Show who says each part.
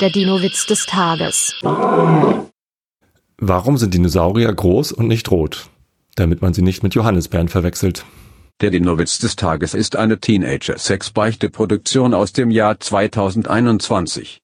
Speaker 1: Der Dino-Witz des Tages.
Speaker 2: Warum sind Dinosaurier groß und nicht rot? Damit man sie nicht mit Johannisbeeren verwechselt.
Speaker 3: Der Dinowitz des Tages ist eine Teenager-Sex-Beichte-Produktion aus dem Jahr 2021.